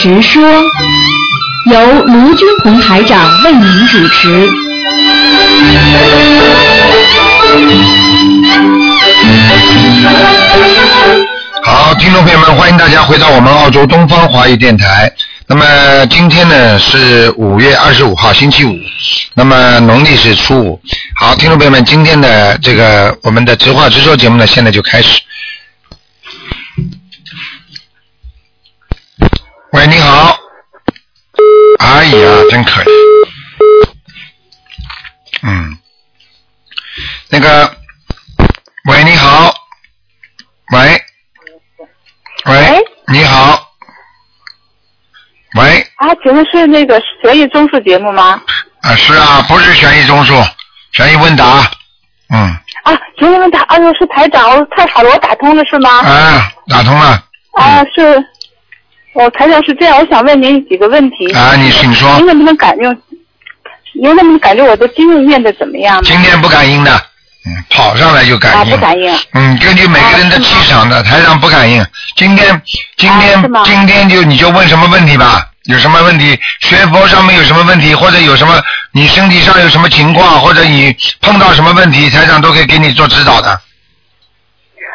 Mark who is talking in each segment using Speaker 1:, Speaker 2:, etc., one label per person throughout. Speaker 1: 直说，由卢军红台长为您主持。
Speaker 2: 好，听众朋友们，欢迎大家回到我们澳洲东方华语电台。那么今天呢是五月二十五号，星期五，那么农历是初五。好，听众朋友们，今天的这个我们的直话直说节目呢，现在就开始。喂，你好。哎呀，真可惜。嗯，那个，喂，你好。喂，喂
Speaker 3: 喂，
Speaker 2: 你好。喂，
Speaker 3: 啊，请问是那个悬疑综述节目吗？
Speaker 2: 啊，是啊，不是悬疑综述，悬疑问答。嗯，
Speaker 3: 啊，请问打，哎呦，是台长，哦太好了，我打通了是吗？
Speaker 2: 啊，嗯打通了。
Speaker 3: 啊，是，我、台长是这样，我想问您几个问题。
Speaker 2: 啊，你请说
Speaker 3: 您，能不能感觉，您能不能感觉我的经验念的怎么样呢？
Speaker 2: 今天不感应的，嗯，跑上来就
Speaker 3: 啊，
Speaker 2: 感
Speaker 3: 不
Speaker 2: 应。
Speaker 3: 感应。
Speaker 2: 嗯，根据每个人的气场
Speaker 3: 哦
Speaker 2: 的，台上不感应。今天，今天
Speaker 3: 啊是，吗
Speaker 2: 今天就你就问什么问题吧？有什么问题？学佛上面有什么问题，或者有什么你身体上有什么情况，或者你碰到什么问题，台上都可以给你做指导的。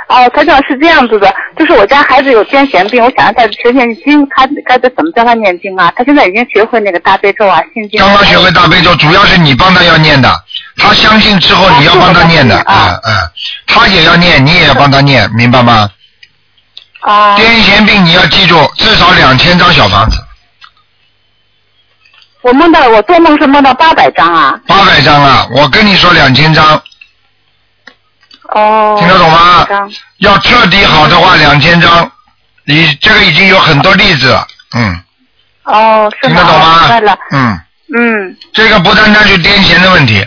Speaker 3: 哦，台长是这样子的，就是我家孩子有癫痫病，我想让他学念经，他该怎么教他念经啊？他现在已经学会那个大悲咒啊，心经。
Speaker 2: 刚刚学会大悲咒，主要是你帮他要念的，他相信之后你要帮他念的，
Speaker 3: 啊
Speaker 2: 嗯嗯，他也要念，你也要帮他念，明白吗？
Speaker 3: 啊
Speaker 2: 癫痫病你要记住，至少两千张小房子，
Speaker 3: 我梦到我做梦是梦到八百张啊。
Speaker 2: 八百张啊！我跟你说两千张，
Speaker 3: 哦。
Speaker 2: 听得懂吗
Speaker 3: 800张
Speaker 2: 要彻底好的话两千张，你这个已经有很多例子了，嗯，
Speaker 3: 哦，是
Speaker 2: 听
Speaker 3: 吗？
Speaker 2: 得懂
Speaker 3: 哦
Speaker 2: 吗？
Speaker 3: 明白了，
Speaker 2: 嗯。
Speaker 3: 嗯，
Speaker 2: 这个不单单是癫痫的问题，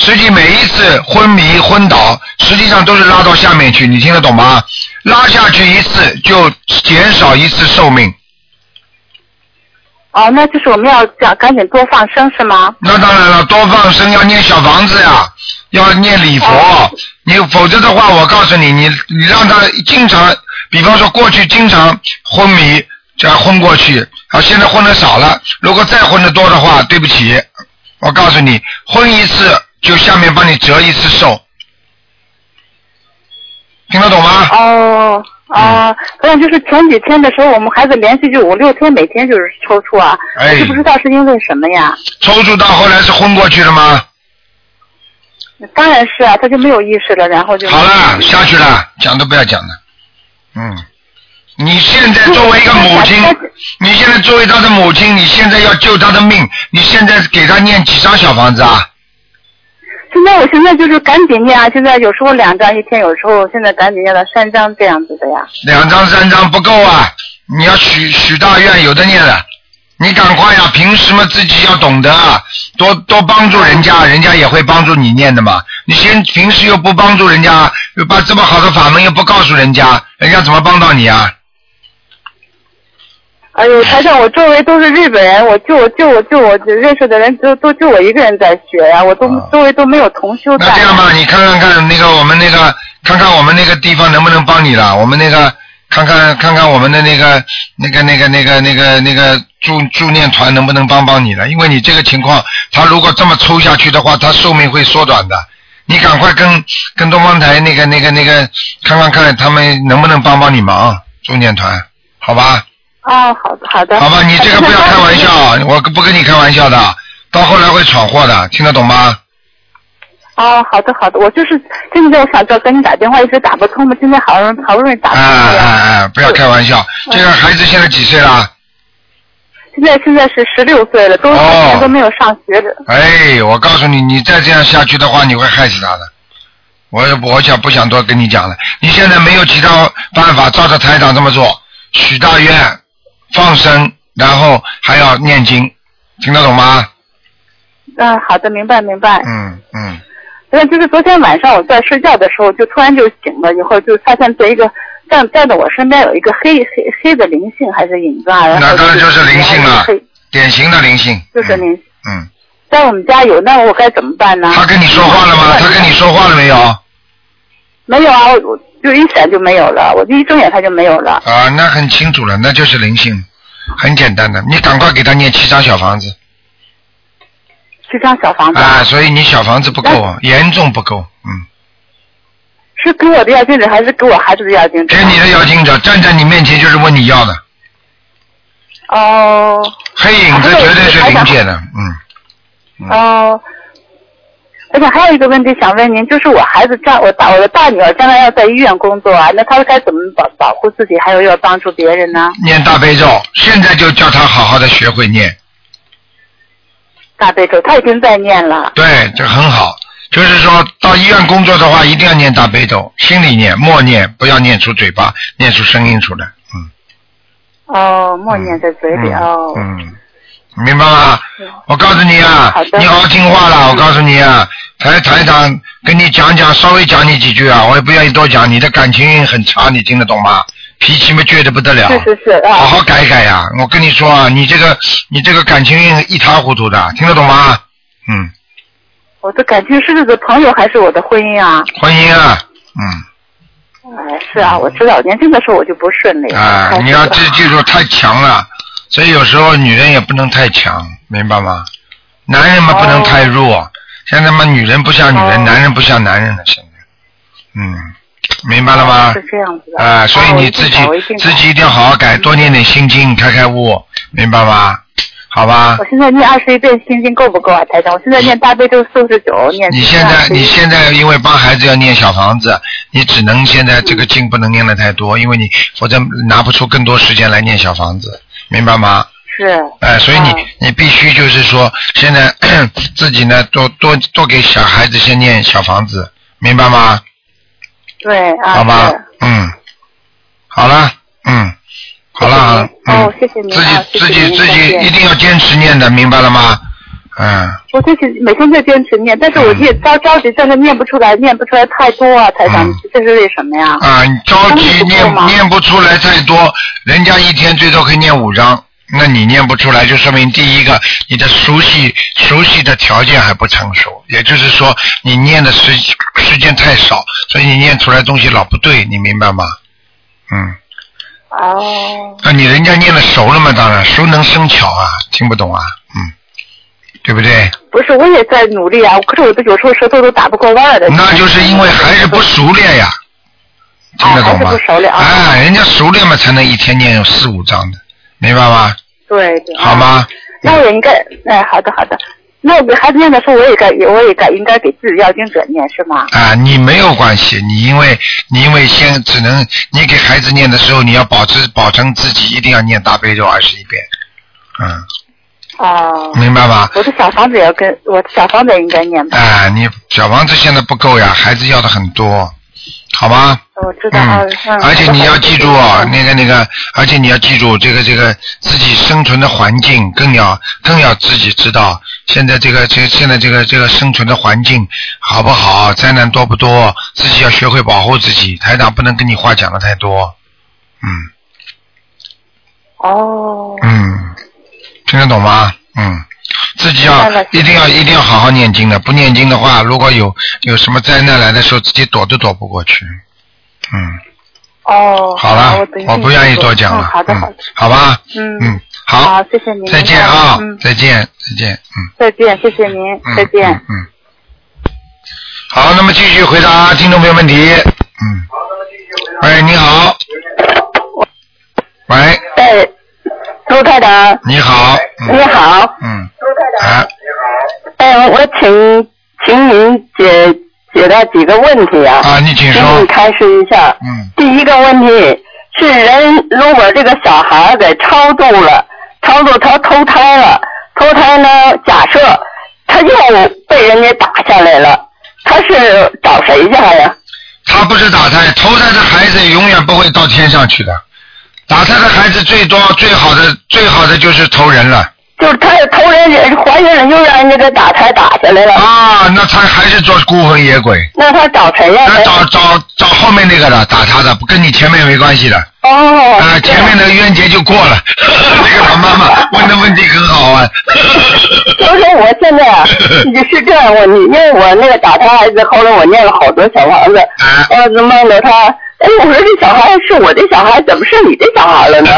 Speaker 2: 实际每一次昏迷昏倒，实际上都是拉到下面去，你听得懂吗？拉下去一次就减少一次寿命，
Speaker 3: 哦，那就是我们要赶赶紧多放生是吗？
Speaker 2: 那当然了，多放生要念小房子呀，要念礼佛
Speaker 3: 哦，
Speaker 2: 你否则的话，我告诉你，你你让他经常，比方说过去经常昏迷，这样昏过去，啊，现在昏的少了，如果再昏的多的话，对不起，我告诉你，昏一次就下面帮你折一次寿，听得懂吗？
Speaker 3: 哦。
Speaker 2: 嗯
Speaker 3: 哦，好像就是前几天的时候，我们孩子连续就五六天，每天就是抽搐啊，
Speaker 2: 哎
Speaker 3: 我就不知道是因为什么呀。
Speaker 2: 抽搐到后来是昏过去了吗？
Speaker 3: 当然是啊，他就没有意识了，然后就嗯
Speaker 2: 好了，下去了，讲都不要讲了。嗯，你现在作为一个母亲，你现在作为他的母亲，你现在要救他的命，你现在给他念几张小房子啊？
Speaker 3: 现在我现在就是赶紧念啊，现在有时候两张一天，有时候现在赶紧念到三张这样子的呀。
Speaker 2: 两张、三张不够啊！你要许许大愿，有的念了。你赶快啊呀、平时嘛自己要懂得啊，多多帮助人家，人家也会帮助你念的嘛。你先平时又不帮助人家，又把这么好的法门又不告诉人家，人家怎么帮到你啊？
Speaker 3: 哎呦，台上我周围都是日本人，我就我就我就我认识的人都都就我一个人在学呀、我都、
Speaker 2: 啊
Speaker 3: 周围都没有同修在。
Speaker 2: 那这样吧，你看看看那个我们那个，看看我们那个地方能不能帮你了。我们那个看看看看我们的那个那个那个那个那个那个助助念团能不能帮帮你了？因为你这个情况，他如果这么抽下去的话，他寿命会缩短的。你赶快跟跟东方台那个那个那个看看看他们能不能帮帮你忙，助念团，好吧？
Speaker 3: 哦，好的好的。
Speaker 2: 好吧，你这个不要开玩笑。，啊我不跟你开玩笑的，到后来会闯祸的，听得懂吗？
Speaker 3: 哦，好的好的，我就是现在我想着跟你打电话，一直打不通嘛，现在好容易好不容易打通
Speaker 2: 哎
Speaker 3: 了
Speaker 2: 哎
Speaker 3: 啊呀。
Speaker 2: 哎，不要开玩笑。这个孩子现在几岁了？
Speaker 3: 现在现在是十六岁了，都
Speaker 2: 哦
Speaker 3: 是三年都没有上学的。
Speaker 2: 哎，我告诉你，你再这样下去的话，你会害死他的。我我想不想多跟你讲了？你现在没有其他办法，照着台长这么做，许大愿、放生，然后还要念经，听得懂吗？
Speaker 3: 嗯，好的，明白明白。
Speaker 2: 嗯嗯，
Speaker 3: 那就是昨天晚上我在睡觉的时候，就突然就醒了，以后就发现在一个站站在我身边有一个黑黑黑的灵性还是影子啊，然后
Speaker 2: 那当然就是灵性了
Speaker 3: 黑
Speaker 2: 典型的灵性。
Speaker 3: 就是灵，
Speaker 2: 嗯。
Speaker 3: 在我们家有，那我该怎么办呢
Speaker 2: 嗯，？他跟你说话了
Speaker 3: 啊
Speaker 2: 吗？他跟你说话了没有？
Speaker 3: 没有啊，我我就一闪就没有了，我就一睁眼它就没有了。
Speaker 2: 啊，那很清楚了，那就是灵性。很简单的，你赶快给他念七张小房子
Speaker 3: 七张小房子
Speaker 2: 啊！所以你小房子不够啊，严重不够，嗯，
Speaker 3: 是给我的要经者还是给我孩子的要经者
Speaker 2: 给？你的要经者站在你面前就是问你要的，
Speaker 3: 哦
Speaker 2: 黑影子绝对是灵界的，嗯，
Speaker 3: 哦。而且还有一个问题想问您，就是我孩子将我大我的大女儿将来要在医院工作啊，那她该怎么保保护自己，还有要帮助别人呢？
Speaker 2: 念大悲咒，现在就叫他好好的学会念，
Speaker 3: 大悲咒，她已经在念了。
Speaker 2: 对，这很好。就是说到医院工作的话，一定要念大悲咒，心里念，默念，不要念出嘴巴，念出声音出来，嗯。
Speaker 3: 哦，默念在嘴里、
Speaker 2: 嗯
Speaker 3: 哦。
Speaker 2: 嗯，明白吗？我告诉你啊
Speaker 3: 好，的
Speaker 2: 你好好听话了。我告诉你啊，台台长跟你讲讲，稍微讲你几句啊，我也不愿意多讲。你的感情运很差，你听得懂吗？脾气嘛倔得不得了，
Speaker 3: 是是是啊。
Speaker 2: 嗯好好改改呀、我跟你说啊，你这个你这个感情运一塌糊涂的，听得懂吗？嗯，
Speaker 3: 我的感情是指的朋友还是我的婚姻啊？
Speaker 2: 婚姻啊，嗯。
Speaker 3: 哎，是啊，我知道，年轻的时候我就不顺利。
Speaker 2: 啊
Speaker 3: 开，始
Speaker 2: 你要
Speaker 3: 了
Speaker 2: 记记住，太强了，所以有时候女人也不能太强，明白吗？男人嘛不能太弱，现在嘛女人不像女人，
Speaker 3: 哦
Speaker 2: 男人不像男人了，现在，嗯，明白了吗？
Speaker 3: 哦是这样子的。
Speaker 2: 啊，所以
Speaker 3: 哦
Speaker 2: 你自己、
Speaker 3: 我一定改我一定改
Speaker 2: 自己一定要好好改，多念点心经，开开悟，明白吗？好吧
Speaker 3: 我，现在念二十一遍心经够不够啊，台长？我现在念大悲咒四十九，念
Speaker 2: 你现在你现在因为帮孩子要念小房子，你只能现在这个经不能念的太多，因为你否则拿不出更多时间来念小房子，明白吗？
Speaker 3: 是
Speaker 2: 哎、所以你、
Speaker 3: 嗯
Speaker 2: 你必须就是说，现在 自己呢，多多多给小孩子先念小房子，明白吗？
Speaker 3: 对啊，
Speaker 2: 好吗
Speaker 3: 是？
Speaker 2: 嗯，好了，嗯，好了，好了
Speaker 3: 谢谢您
Speaker 2: 嗯，
Speaker 3: 哦谢谢您
Speaker 2: 自己自
Speaker 3: 啊谢谢
Speaker 2: 己自己
Speaker 3: 您再见
Speaker 2: 一定要坚持念的，明白了吗？嗯，
Speaker 3: 我最近每天在坚持念，但是我也着着急，但是念不出来，念不出来太多啊，台长
Speaker 2: 嗯，
Speaker 3: 这是为什么呀？
Speaker 2: 啊，你着急
Speaker 3: 功力不够
Speaker 2: 念
Speaker 3: 吗
Speaker 2: 念不出来太多，人家一天最多可以念五张，那你念不出来，就说明第一个你的熟悉熟悉的条件还不成熟，也就是说你念的时时间太少，所以你念出来东西老不对，你明白吗？嗯，
Speaker 3: 哦，
Speaker 2: 那你人家念的熟了嘛，当然熟能生巧啊，听不懂啊，嗯，对不对？
Speaker 3: 不是，我也在努力啊，可是我的有时候舌头都打不过弯儿的。
Speaker 2: 那就是因为还是不熟练呀，听得懂吗
Speaker 3: 啊还是不熟练？啊
Speaker 2: 哎，人家熟练嘛，才能一天念有四五章的，明白吗？
Speaker 3: 对对。啊
Speaker 2: 好？吗？
Speaker 3: 那我应该，哎，好的好的。那我给孩子念的时候，我也该，我也该应该给自己要经者念是吗？
Speaker 2: 啊，你没有关系，你因为你因为先只能你给孩子念的时候，你要保持保证自己一定要念大悲咒二十一遍，嗯，
Speaker 3: 哦。
Speaker 2: 明白吧？
Speaker 3: 我的小房子也要跟我的小房子也应该念吧？
Speaker 2: 啊，你小房子现在不够呀，孩子要的很多，好吗？
Speaker 3: 我知道，
Speaker 2: 嗯
Speaker 3: 嗯，
Speaker 2: 而且你要记住哦，
Speaker 3: 嗯
Speaker 2: 那个那个，而且你要记住这个这个自己生存的环境，更要更要自己知道现在这个这现在这个这个生存的环境好不好，灾难多不多，自己要学会保护自己。台长不能跟你话讲的太多，嗯
Speaker 3: 哦，
Speaker 2: 嗯，听得懂吗？嗯，自己要
Speaker 3: 明白了
Speaker 2: 一定要一定要好好念经的，不念经的话，如果有有什么灾难来的时候，自己躲都躲不过去。嗯，
Speaker 3: 哦，
Speaker 2: 好了
Speaker 3: 我等，一
Speaker 2: 我
Speaker 3: 下
Speaker 2: 不愿意多讲
Speaker 3: 嗯
Speaker 2: 了。
Speaker 3: 好的，
Speaker 2: 嗯
Speaker 3: 好的，
Speaker 2: 好吧，
Speaker 3: 嗯
Speaker 2: 嗯，
Speaker 3: 好
Speaker 2: 好，，
Speaker 3: 谢谢您，
Speaker 2: 再见啊
Speaker 3: 嗯，，
Speaker 2: 再见，再见，嗯，
Speaker 3: 再见，谢谢您
Speaker 2: 嗯，
Speaker 3: 再见。，
Speaker 2: 嗯嗯。好，那么继续回答听众朋友问题。嗯。喂，你好。喂，
Speaker 3: 哎，卢太长，
Speaker 2: 你好。
Speaker 3: 你
Speaker 2: 嗯。
Speaker 3: 好，
Speaker 2: 嗯。啊，
Speaker 3: 哎，我请请您解解答几个问题啊，
Speaker 2: 啊，你请
Speaker 3: 请你
Speaker 2: 说。
Speaker 3: 开示一下。
Speaker 2: 嗯，
Speaker 3: 第一个问题是人如果这个小孩儿给超度了，超度他投胎了，投胎呢，假设他又被人家打下来了，他是找谁去呀？
Speaker 2: 他不是打胎，投胎的孩子永远不会到天上去的。打胎的孩子最多最好的最好的就是投人了。
Speaker 3: 就是他投人家怀孕了，又让人家给打胎打下来了，
Speaker 2: 啊，那他还是做孤魂野鬼。
Speaker 3: 那他找谁呀？
Speaker 2: 那找找找后面那个的打他的，不跟你前面没关系的。
Speaker 3: 哦，
Speaker 2: 啊，前面的冤结就过 了。那个老妈妈问的问题很好玩。
Speaker 3: 就是我现在 啊是这样，我你因为我那个打胎孩子，后来我念了好多小房子，
Speaker 2: 啊
Speaker 3: 呃，梦到他哎，我说这小孩是我的小孩，怎么是你的小孩了呢？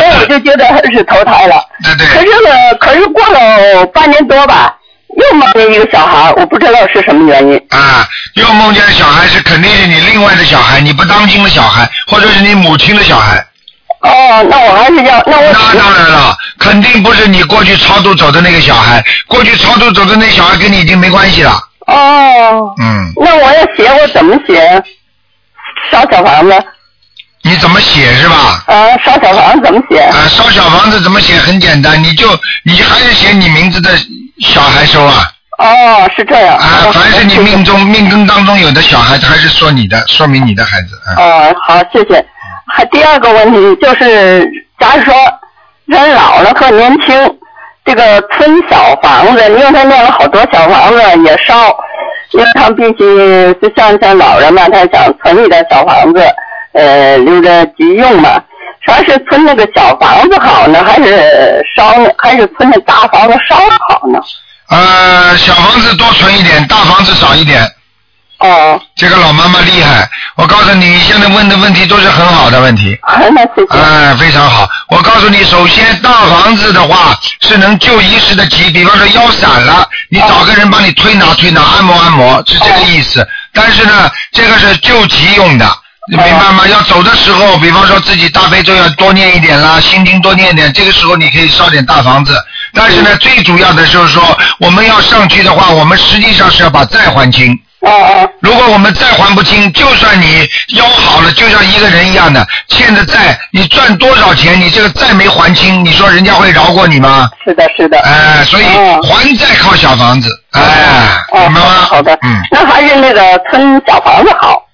Speaker 3: 哎，我就觉得是投胎了。
Speaker 2: 对对，
Speaker 3: 可是呢，可是过了半年多吧，又梦见一个小孩，我不知道是什么原因。
Speaker 2: 啊，又梦见的小孩是肯定是你另外的小孩，你不当心的小孩，或者是你母亲的小孩。
Speaker 3: 哦，那我还是要，那我
Speaker 2: 那当然了，肯定不是你过去超度走的那个小孩，过去超度走的那小孩跟你已经没关系了。
Speaker 3: 哦，
Speaker 2: 嗯，
Speaker 3: 那我要写，我怎么写？烧小房子
Speaker 2: 你怎么写是吧？
Speaker 3: 啊，烧小房子怎么写？
Speaker 2: 啊，烧小房子怎么写？很简单，你就你还是写你名字的小孩收啊。
Speaker 3: 哦，是这样。
Speaker 2: 啊，
Speaker 3: 哦
Speaker 2: 凡是你
Speaker 3: 谢谢
Speaker 2: 命中命根当中有的小孩，还是说你的，说明你的孩子啊。
Speaker 3: 哦，好，谢谢。还第二个问题就是，假如说人老了和年轻，这个村小房子，因为他念了好多小房子也烧，因为他们必须就像像老人嘛，他想存一点小房子，呃，留着急用嘛。主要是存那个小房子好呢，还是烧呢？还是存那大房子烧好呢？
Speaker 2: 呃，小房子多存一点，大房子少一点。
Speaker 3: 哦，
Speaker 2: 这个老妈妈厉害，我告诉你，现在问的问题都是很好的问题，
Speaker 3: 那谢 谢。
Speaker 2: 哎，非常好。我告诉你，首先大房子的话是能救一时的急，比方说腰闪了，你找个人帮你推拿推拿，按摩按摩，是这个意思。但是呢，这个是救急用的。你明白吗？要走的时候，比方说自己大悲咒要多念一点啦，心经多念一点，这个时候你可以烧点大房子。但是呢，最主要的就是说，我们要上去的话，我们实际上是要把债还清。
Speaker 3: 哦哦
Speaker 2: 如果我们债还不清，就算你腰好了，就像一个人一样的欠着债，你赚多少钱，你这个债没还清，你说人家会饶过你吗？
Speaker 3: 是的，是的。
Speaker 2: 哎、所以
Speaker 3: 哦
Speaker 2: 还债靠小房子，哎、
Speaker 3: 哦，
Speaker 2: 明白吗？
Speaker 3: 好的，好的
Speaker 2: 嗯，
Speaker 3: 那还是那个村小房子好。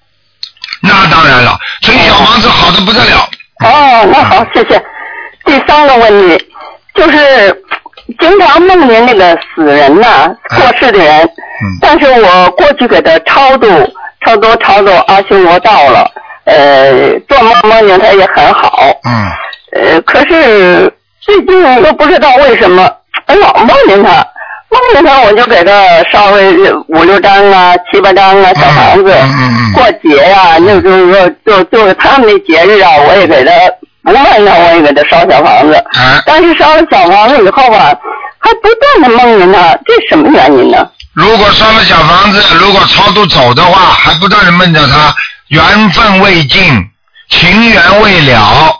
Speaker 2: 那当然了，存
Speaker 3: 嗯
Speaker 2: 小房子好的不得了，
Speaker 3: 哦，那好，
Speaker 2: 嗯
Speaker 3: 谢谢。第三个问题就是，经常梦见那个死人呐、
Speaker 2: 嗯
Speaker 3: 过世的人，
Speaker 2: 嗯
Speaker 3: 但是我过去给他超度，超度超度阿修罗道了，呃，做梦梦见他也很好，
Speaker 2: 嗯，
Speaker 3: 呃，可是最近都不知道为什么，哎，老梦见他，梦见他我就给他稍微五六张啊、七八张啊小房子，
Speaker 2: 嗯嗯嗯
Speaker 3: 过节呀、那就是说就就是他们那节日啊，我也给他不梦他，我也给他烧小房子，
Speaker 2: 哎、
Speaker 3: 但是烧了小房子以后吧，还不断的梦见他，这什么原因呢？
Speaker 2: 如果烧了小房子，如果超度走的话，还不断的梦着他，缘分未尽，情缘未了，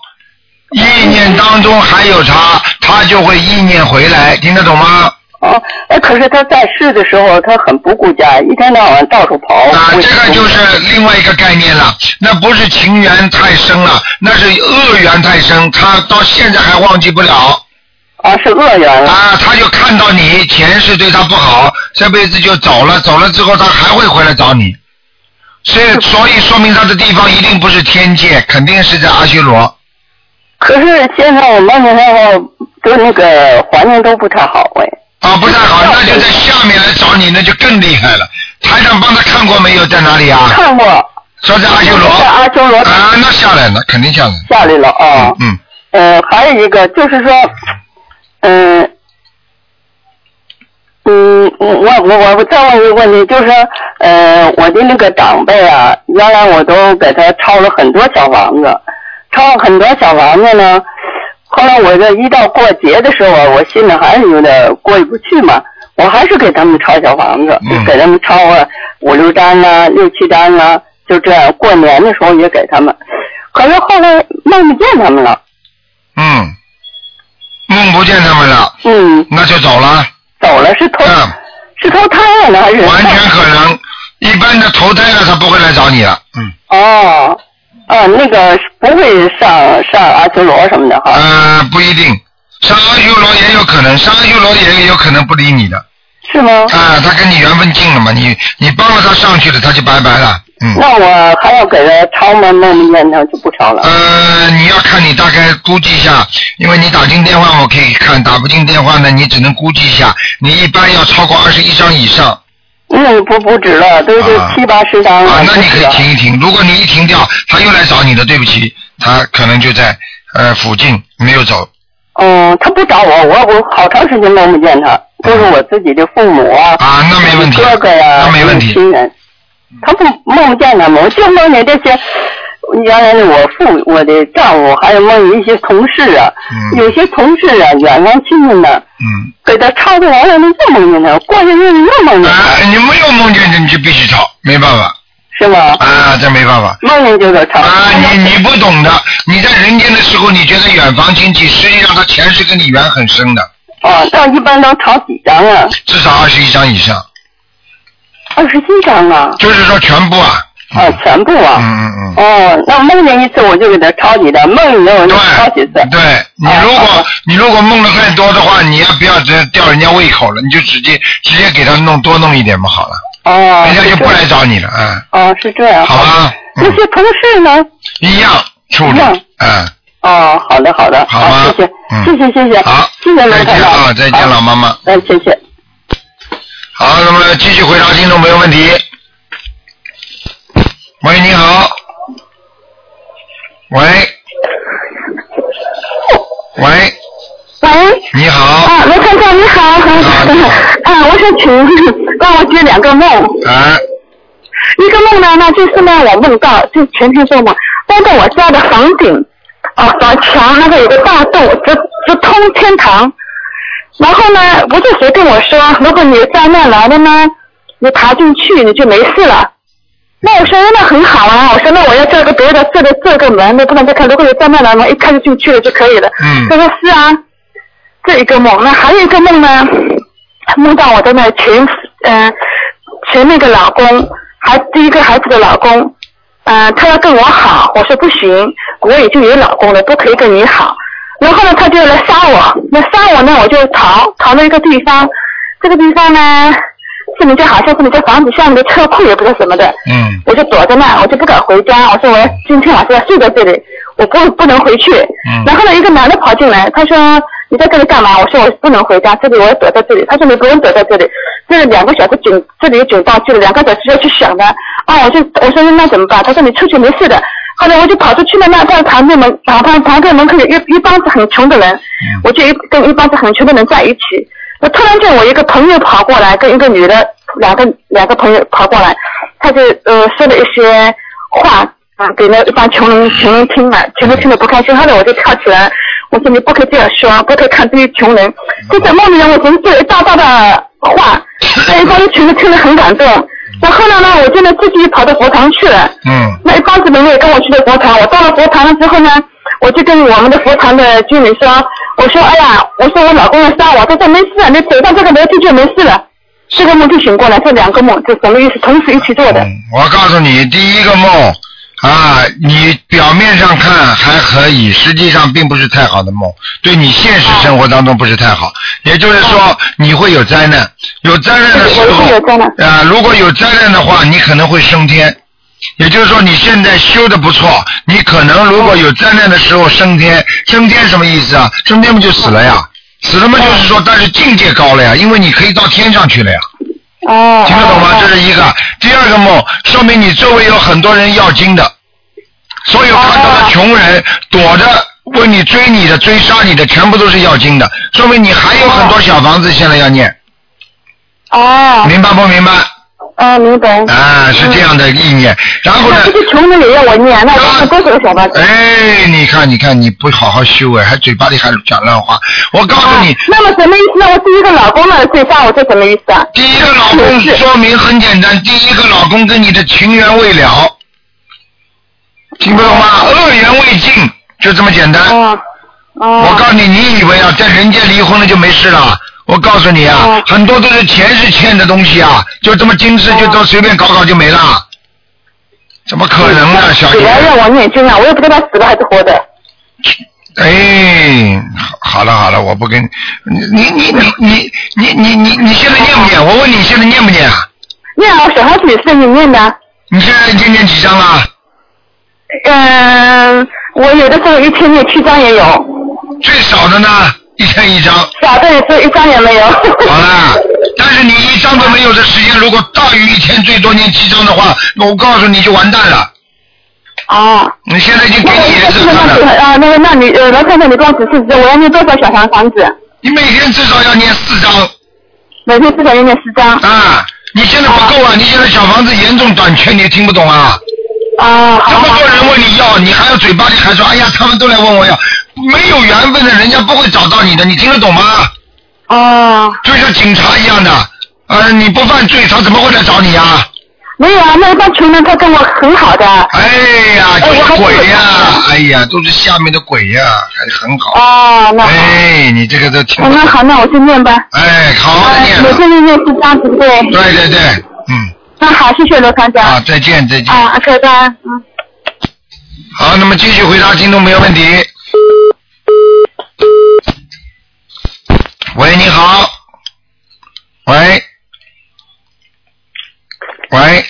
Speaker 2: 意念当中还有他，他就会意念回来，听得懂吗？
Speaker 3: 哦，哎，可是他在世的时候，他很不顾家，一天到晚到处跑。
Speaker 2: 啊，
Speaker 3: 不
Speaker 2: 这个就是另外一个概念了，那不是情缘太深了，那是恶缘太深，他到现在还忘记不了。
Speaker 3: 啊，是恶缘了。
Speaker 2: 啊，他就看到你前世对他不好，这辈子就走了，走了之后他还会回来找你，所以所以说明他的地方一定不是天界，肯定是在阿修罗。
Speaker 3: 可是现在我梦见那个，就那个环境都不太好哎。
Speaker 2: 啊，不太好，那就在下面来找你，那就更厉害了。台长帮他看过没有？在哪里啊？
Speaker 3: 看过，
Speaker 2: 说在阿修罗。
Speaker 3: 在阿修罗
Speaker 2: 啊，那下来了，肯定下来了。
Speaker 3: 下来了啊。
Speaker 2: 嗯，
Speaker 3: 呃，还有一个就是说，嗯、嗯，我我我我再问一个问题，就是说，呃，我的那个长辈啊，原来我都给他抄了很多小房子，抄了很多小房子呢。后来我这一到过节的时候啊，我心里还是有点过意不去嘛，我还是给他们抄小房子，
Speaker 2: 嗯
Speaker 3: 给他们抄了五六张啊、六七张啊，就这样。过年的时候也给他们，可是后来梦不见他们了，
Speaker 2: 嗯，梦不见他们了，
Speaker 3: 嗯，
Speaker 2: 那就走了。
Speaker 3: 走了是投、
Speaker 2: 嗯，
Speaker 3: 是投胎了呢还是？
Speaker 2: 完全可能，一般的投胎了他不会来找你了。嗯。
Speaker 3: 哦，啊，那个是不会上上阿修罗什么的哈。
Speaker 2: 呃，不一定，上阿修罗也有可能，上阿修罗也有可能不理你的。
Speaker 3: 是吗？
Speaker 2: 啊，他跟你缘分尽了嘛，你你帮了他上去了，他就拜拜了。嗯。
Speaker 3: 那我还要给他抄吗？梦不见他就不抄了。
Speaker 2: 呃，你要看你大概估计一下，因为你打进电话我可以看，打不进电话呢，你只能估计一下。你一般要超过二十一张以上
Speaker 3: 嗯，不不止了，都就
Speaker 2: 啊
Speaker 3: 七八十张了。
Speaker 2: 啊，那
Speaker 3: 不
Speaker 2: 你可
Speaker 3: 止
Speaker 2: 以
Speaker 3: 了
Speaker 2: 停一停。如果你一停掉，他又来找你的，对不起，他可能就在呃附近没有走。
Speaker 3: 嗯，他不找我，我我好长时间梦不见他，都是我自己的父母啊，
Speaker 2: 啊那没问题
Speaker 3: 哥哥呀、
Speaker 2: 那没问题嗯
Speaker 3: 亲人，他不梦不见他们，我就梦见这些。
Speaker 4: 原来我父我的丈夫，还有梦里一些同事啊，
Speaker 2: 嗯
Speaker 4: 有些同事啊，远房亲戚呢，
Speaker 2: 嗯，
Speaker 4: 给他抄过来，让他又梦见他，过些日子又梦见他，
Speaker 2: 啊，你没有梦见的你就必须抄，没办法
Speaker 4: 是吗？
Speaker 2: 啊，这没办法。
Speaker 4: 梦见就得抄。
Speaker 2: 啊，你你不懂的，你在人间的时候，你觉得远房亲戚，实际上他前世跟你缘很深的，
Speaker 4: 哦，那一般都抄几张啊？
Speaker 2: 至少二十一张以上，
Speaker 4: 二十七张啊？
Speaker 2: 就是说全部啊。
Speaker 4: 啊，全部啊。
Speaker 2: 嗯嗯嗯。
Speaker 4: 哦，那梦见一次我就给他抄几张，梦里头我就抄几
Speaker 2: 对
Speaker 4: 次。
Speaker 2: 对，你如果你如果梦的太多的话，你要不要这吊人家胃口了？你就直接直接给他弄多弄一点嘛，好了，
Speaker 4: 哦，
Speaker 2: 人家
Speaker 4: 是
Speaker 2: 就
Speaker 4: 这
Speaker 2: 不来找你了，嗯，
Speaker 4: 哦，是这样。
Speaker 2: 好吧，
Speaker 4: 那
Speaker 2: 嗯，
Speaker 4: 些同事呢？
Speaker 2: 一样处理
Speaker 4: 一样，
Speaker 2: 嗯，
Speaker 4: 哦，好的好的，
Speaker 2: 好吧
Speaker 4: 谢谢、
Speaker 2: 嗯
Speaker 4: 谢谢谢谢，
Speaker 2: 好
Speaker 4: 谢谢
Speaker 2: 再
Speaker 4: 卢台
Speaker 2: 见
Speaker 4: 长
Speaker 2: 啊，再见，老
Speaker 4: 好
Speaker 2: 妈妈。
Speaker 3: 嗯
Speaker 4: 哎，谢谢。
Speaker 2: 好，那么继续回答听众朋友问题。喂，你好。喂。喂，
Speaker 3: 喂，
Speaker 2: 你好。
Speaker 3: 啊，罗先生你好，
Speaker 2: 你好
Speaker 3: 啊，我想请 帮我解两个梦，
Speaker 2: 啊，
Speaker 3: 一个梦呢，那就是呢，我梦到就前天做梦，梦到我家的房顶啊，房墙那个有个大洞，直直通天堂，然后呢，不是谁跟我说，如果你有灾难来了呢，你爬进去你就没事了。那我说那很好啊，我说那我要做个别的这个这个门，你不能再看，如果有灾难来了，一看就进去了就可以了。
Speaker 2: 嗯
Speaker 3: 他说是啊，这一个梦，那还有一个梦呢，梦到我的那前嗯、前那个老公，还第一个孩子的老公，嗯、他要跟我好，我说不行，我已经有老公了，不可以跟你好。然后呢，他就来杀我，那杀我呢，我就逃，逃到一个地方，这个地方呢，是你家好像是你家房子下面的车库，也不知道什么的，
Speaker 2: 嗯
Speaker 3: 我就躲在那，我就不敢回家。我说我要今天晚上要睡在这里，我不不能回去。
Speaker 2: 嗯
Speaker 3: 然后呢，一个男的跑进来，他说你在这里干嘛？我说我不能回家，这里我要躲在这里。他说你不用躲在这里，这里两个小时警，这里有警报器了，两个小时要去响的。啊，我就我说那怎么办？他说你出去没事的。后来我就跑出去了，那在旁边门旁旁旁边门口有一一帮子很穷的人，
Speaker 2: 嗯
Speaker 3: 我就一跟一帮子很穷的人在一起。我突然间我一个朋友跑过来，跟一个女的，两个两个朋友跑过来，他就呃说了一些话啊，给那一帮穷人穷人听了，穷人听了不开心，后来我就跳起来，我说你不可以这样说，不可以看这些穷人，就在梦里面我总是一大大的话，那一帮子穷人听了很感动，然后呢呢，我真的自己跑到佛堂去了。
Speaker 2: 嗯
Speaker 3: 那一帮子人也跟我去的佛堂，我到了佛堂了之后呢，我就跟我们的佛堂的经理说，我说哎呀，我说我老公要杀我，他说没事啊，你走上这个楼梯就没事了。这个梦就醒过来，这两个梦就什么意思？同时一起做的。
Speaker 2: 嗯，我告诉你，第一个梦啊，你表面上看还可以，实际上并不是太好的梦，对你现实生活当中不是太好。也就是说，你会有灾难，有灾难的时
Speaker 3: 我嗯会有灾
Speaker 2: 候，
Speaker 3: 难
Speaker 2: 啊，如果有灾难的话，你可能会升天。也就是说，你现在修的不错，你可能如果有灾难的时候升天，升天什么意思啊？升天不就死了呀？
Speaker 3: 嗯
Speaker 2: 死了嘛，就是说，但是境界高了呀，因为你可以到天上去了呀。
Speaker 3: 哦
Speaker 2: 嗯听得懂吗？这是一个。第二个梦，说明你周围有很多人要经的，所有看
Speaker 3: 哦
Speaker 2: 到的穷人躲着为你追你的、追杀你的，全部都是要经的，说明你还有很多小房子现在要念，
Speaker 3: 哦，
Speaker 2: 明白不明白？
Speaker 3: 哦，明白。
Speaker 2: 啊，是这样的意念。然后 呢
Speaker 3: 那？这些穷人也要我念，那我们多少个小房子？
Speaker 2: 哎，你看，你看，你不好好修哎，还嘴巴里还讲乱话。我哎告诉你，
Speaker 3: 啊那么什么意思？那我第一个老公呢最杀我，这什么意思啊？
Speaker 2: 第一个老公说明很简单，第一个老公跟你的情缘未了，听不懂吗？恶缘未尽，就这么简单。
Speaker 3: 哦，哦。
Speaker 2: 我告诉你，你以为啊，在人间离婚了就没事了？我告诉你啊
Speaker 3: 哦，
Speaker 2: 很多都是前世欠的东西啊，就这么今世就都随便搞搞就没了，怎么可能呢，小
Speaker 3: 死
Speaker 2: 姐？
Speaker 3: 了让我念经啊，我也不知道死了还是活的。
Speaker 2: 哎，好了好了，我不跟你你你你你你你你你现在念不念？我问你现在念不念啊？
Speaker 3: 念啊，我小孩子也是你念的啊。
Speaker 2: 你现在已经念几张啊了？
Speaker 3: 嗯，我有的时候一天念七张也有，
Speaker 2: 最少的呢，一天一张，
Speaker 3: 小的也是一张也没有。
Speaker 2: 好啦。但是你一张都没有的时间，如果大于一天最多念七张的话，我告诉你就完蛋了。
Speaker 3: 啊，
Speaker 2: 你现在已经给
Speaker 3: 那我
Speaker 2: 你儿子
Speaker 3: 那
Speaker 2: 看
Speaker 3: 那
Speaker 2: 了，
Speaker 3: 啊，那个，那你呃，罗太太，你帮我指示指示，我要念多少小房房子？
Speaker 2: 你每天至少要念四张
Speaker 3: 每天至少要念十张。
Speaker 2: 啊！你现在不够啊！你现在小房子严重短缺，你也听不懂啊！
Speaker 5: 啊，
Speaker 2: 这
Speaker 5: 好
Speaker 2: 么
Speaker 5: 吧
Speaker 2: 多人问你要，你还有嘴巴里还说，哎呀，他们都来问我要，没有缘分的人家不会找到你的，你听得懂吗？
Speaker 3: 啊
Speaker 5: 哦，
Speaker 2: 就像警察一样的，呃，你不犯罪，他怎么会来找你呀、
Speaker 5: 没有啊，那一帮穷人他跟我很好的，
Speaker 2: 哎呀，就
Speaker 5: 哎我
Speaker 2: 是
Speaker 5: 还
Speaker 2: 鬼呀、
Speaker 5: 是
Speaker 2: 哎呀，都是下面的鬼呀、还很好。
Speaker 3: 啊
Speaker 5: 哦，那好，
Speaker 2: 哎，你这个都听
Speaker 5: 哦
Speaker 2: 不
Speaker 5: 那
Speaker 2: 懂。
Speaker 5: 好，那我去念吧，
Speaker 2: 哎，好好的
Speaker 5: 哎
Speaker 2: 念
Speaker 5: 每
Speaker 2: 吧。
Speaker 5: 天都念四张，对不对？
Speaker 2: 对对对，嗯，
Speaker 5: 那好，谢谢罗团长，
Speaker 2: 啊，再见再见。
Speaker 5: 啊，OK，拜拜，嗯。
Speaker 2: 好，那么继续回答听众朋友问题。喂，你好。喂。喂，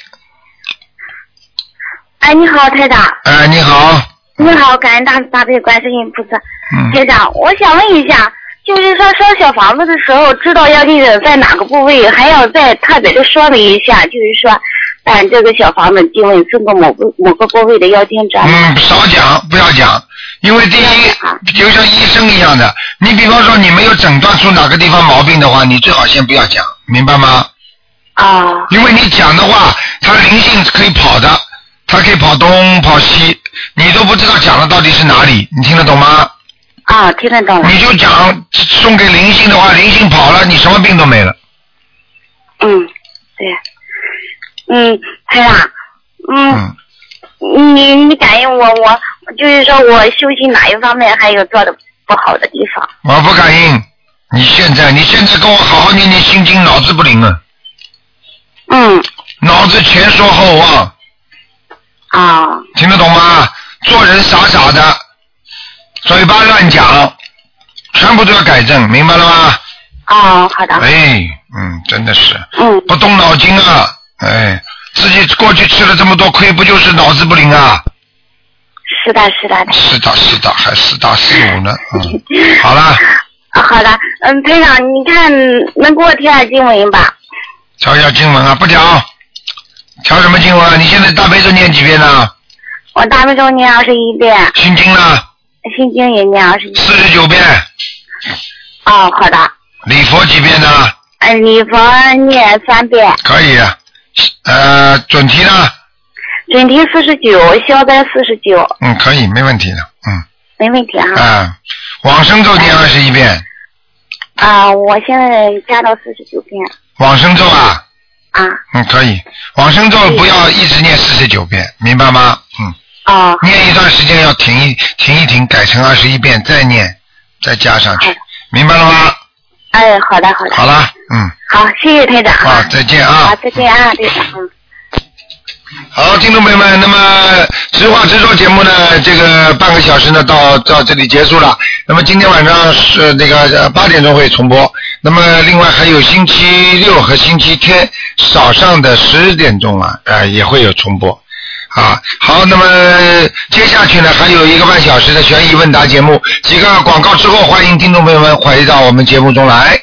Speaker 3: 哎，你好，台长。
Speaker 2: 哎、你好。
Speaker 3: 你好，感恩大慈大悲观世音菩萨。
Speaker 2: 嗯，
Speaker 3: 台长，我想问一下，就是说烧小房子的时候，知道要这个在哪个部位，还要再特别的说明一下，就是说，嗯、这个小房子经文送过某个某个部位的妖精者。
Speaker 2: 嗯，少讲，不要讲，因为第一，就像医生一样的，你比方说你没有诊断出哪个地方毛病的话，你最好先不要讲，明白吗？
Speaker 3: 啊
Speaker 2: 因为你讲的话，它灵性可以跑的，它可以跑东跑西，你都不知道讲的到底是哪里，你听得懂吗？
Speaker 3: 啊，听得懂了。
Speaker 2: 你就讲送给灵性的话，灵性跑了，你什么病都没了。
Speaker 3: 嗯，对。嗯，台长，嗯，
Speaker 2: 嗯，
Speaker 3: 你你感应我，我就是说我修行哪一方面还有做的不好的地方？
Speaker 2: 我不感应。你现在，你现在跟我好好念念心经，脑子不灵啊，
Speaker 3: 嗯，
Speaker 2: 脑子前说后忘，
Speaker 3: 啊，
Speaker 2: 听得懂吗？做人傻傻的，嘴巴乱讲，全部都要改正，明白了吗？
Speaker 3: 哦，好的。
Speaker 2: 哎，嗯，真的是。
Speaker 3: 嗯，
Speaker 2: 不动脑筋啊，哎，自己过去吃了这么多亏，不就是脑子不灵啊？
Speaker 3: 是的，是的。
Speaker 2: 是的，是的，还四大四五呢，嗯，好了，
Speaker 3: 啊，好的，嗯，台长，你看能给我贴点经文吧？
Speaker 2: 调一下经文啊，不调，调什么经文啊？你现在大悲咒念几遍呢？
Speaker 3: 我大悲咒念二十一遍，
Speaker 2: 心经呢？
Speaker 3: 心经也念二十一。
Speaker 2: 四十九遍，
Speaker 3: 哦，好的，
Speaker 2: 礼佛几遍呢？
Speaker 3: 嗯，礼佛念三遍，
Speaker 2: 可以，啊呃，准提呢？
Speaker 3: 准提四十九，消灾四十九，
Speaker 2: 嗯，可以，没问题的，嗯，
Speaker 3: 没问题啊。
Speaker 2: 啊，往生咒念二十一遍，
Speaker 3: 啊，我现在加到四十九遍
Speaker 2: 往生咒啊，
Speaker 3: 啊。
Speaker 2: 嗯，可以，往生咒不要一直念四十九遍，明白吗？嗯。
Speaker 3: 哦，
Speaker 2: 念一段时间要停一停一停，改成二十一遍，再念，再加上去，明白了吗？
Speaker 3: 哎，好的，好的，
Speaker 2: 好了，嗯，
Speaker 3: 好，谢谢台长
Speaker 2: 好，再见啊
Speaker 3: 好，。再见啊，台长。嗯
Speaker 2: 好，听众朋友们，那么实话实说节目呢，这个半个小时呢到到这里结束了。那么今天晚上是那个呃八点钟会重播，那么另外还有星期六和星期天早上的十点钟啊，呃也会有重播。啊，好，那么接下去呢，还有一个半小时的悬疑问答节目，几个广告之后，欢迎听众朋友们回到我们节目中来。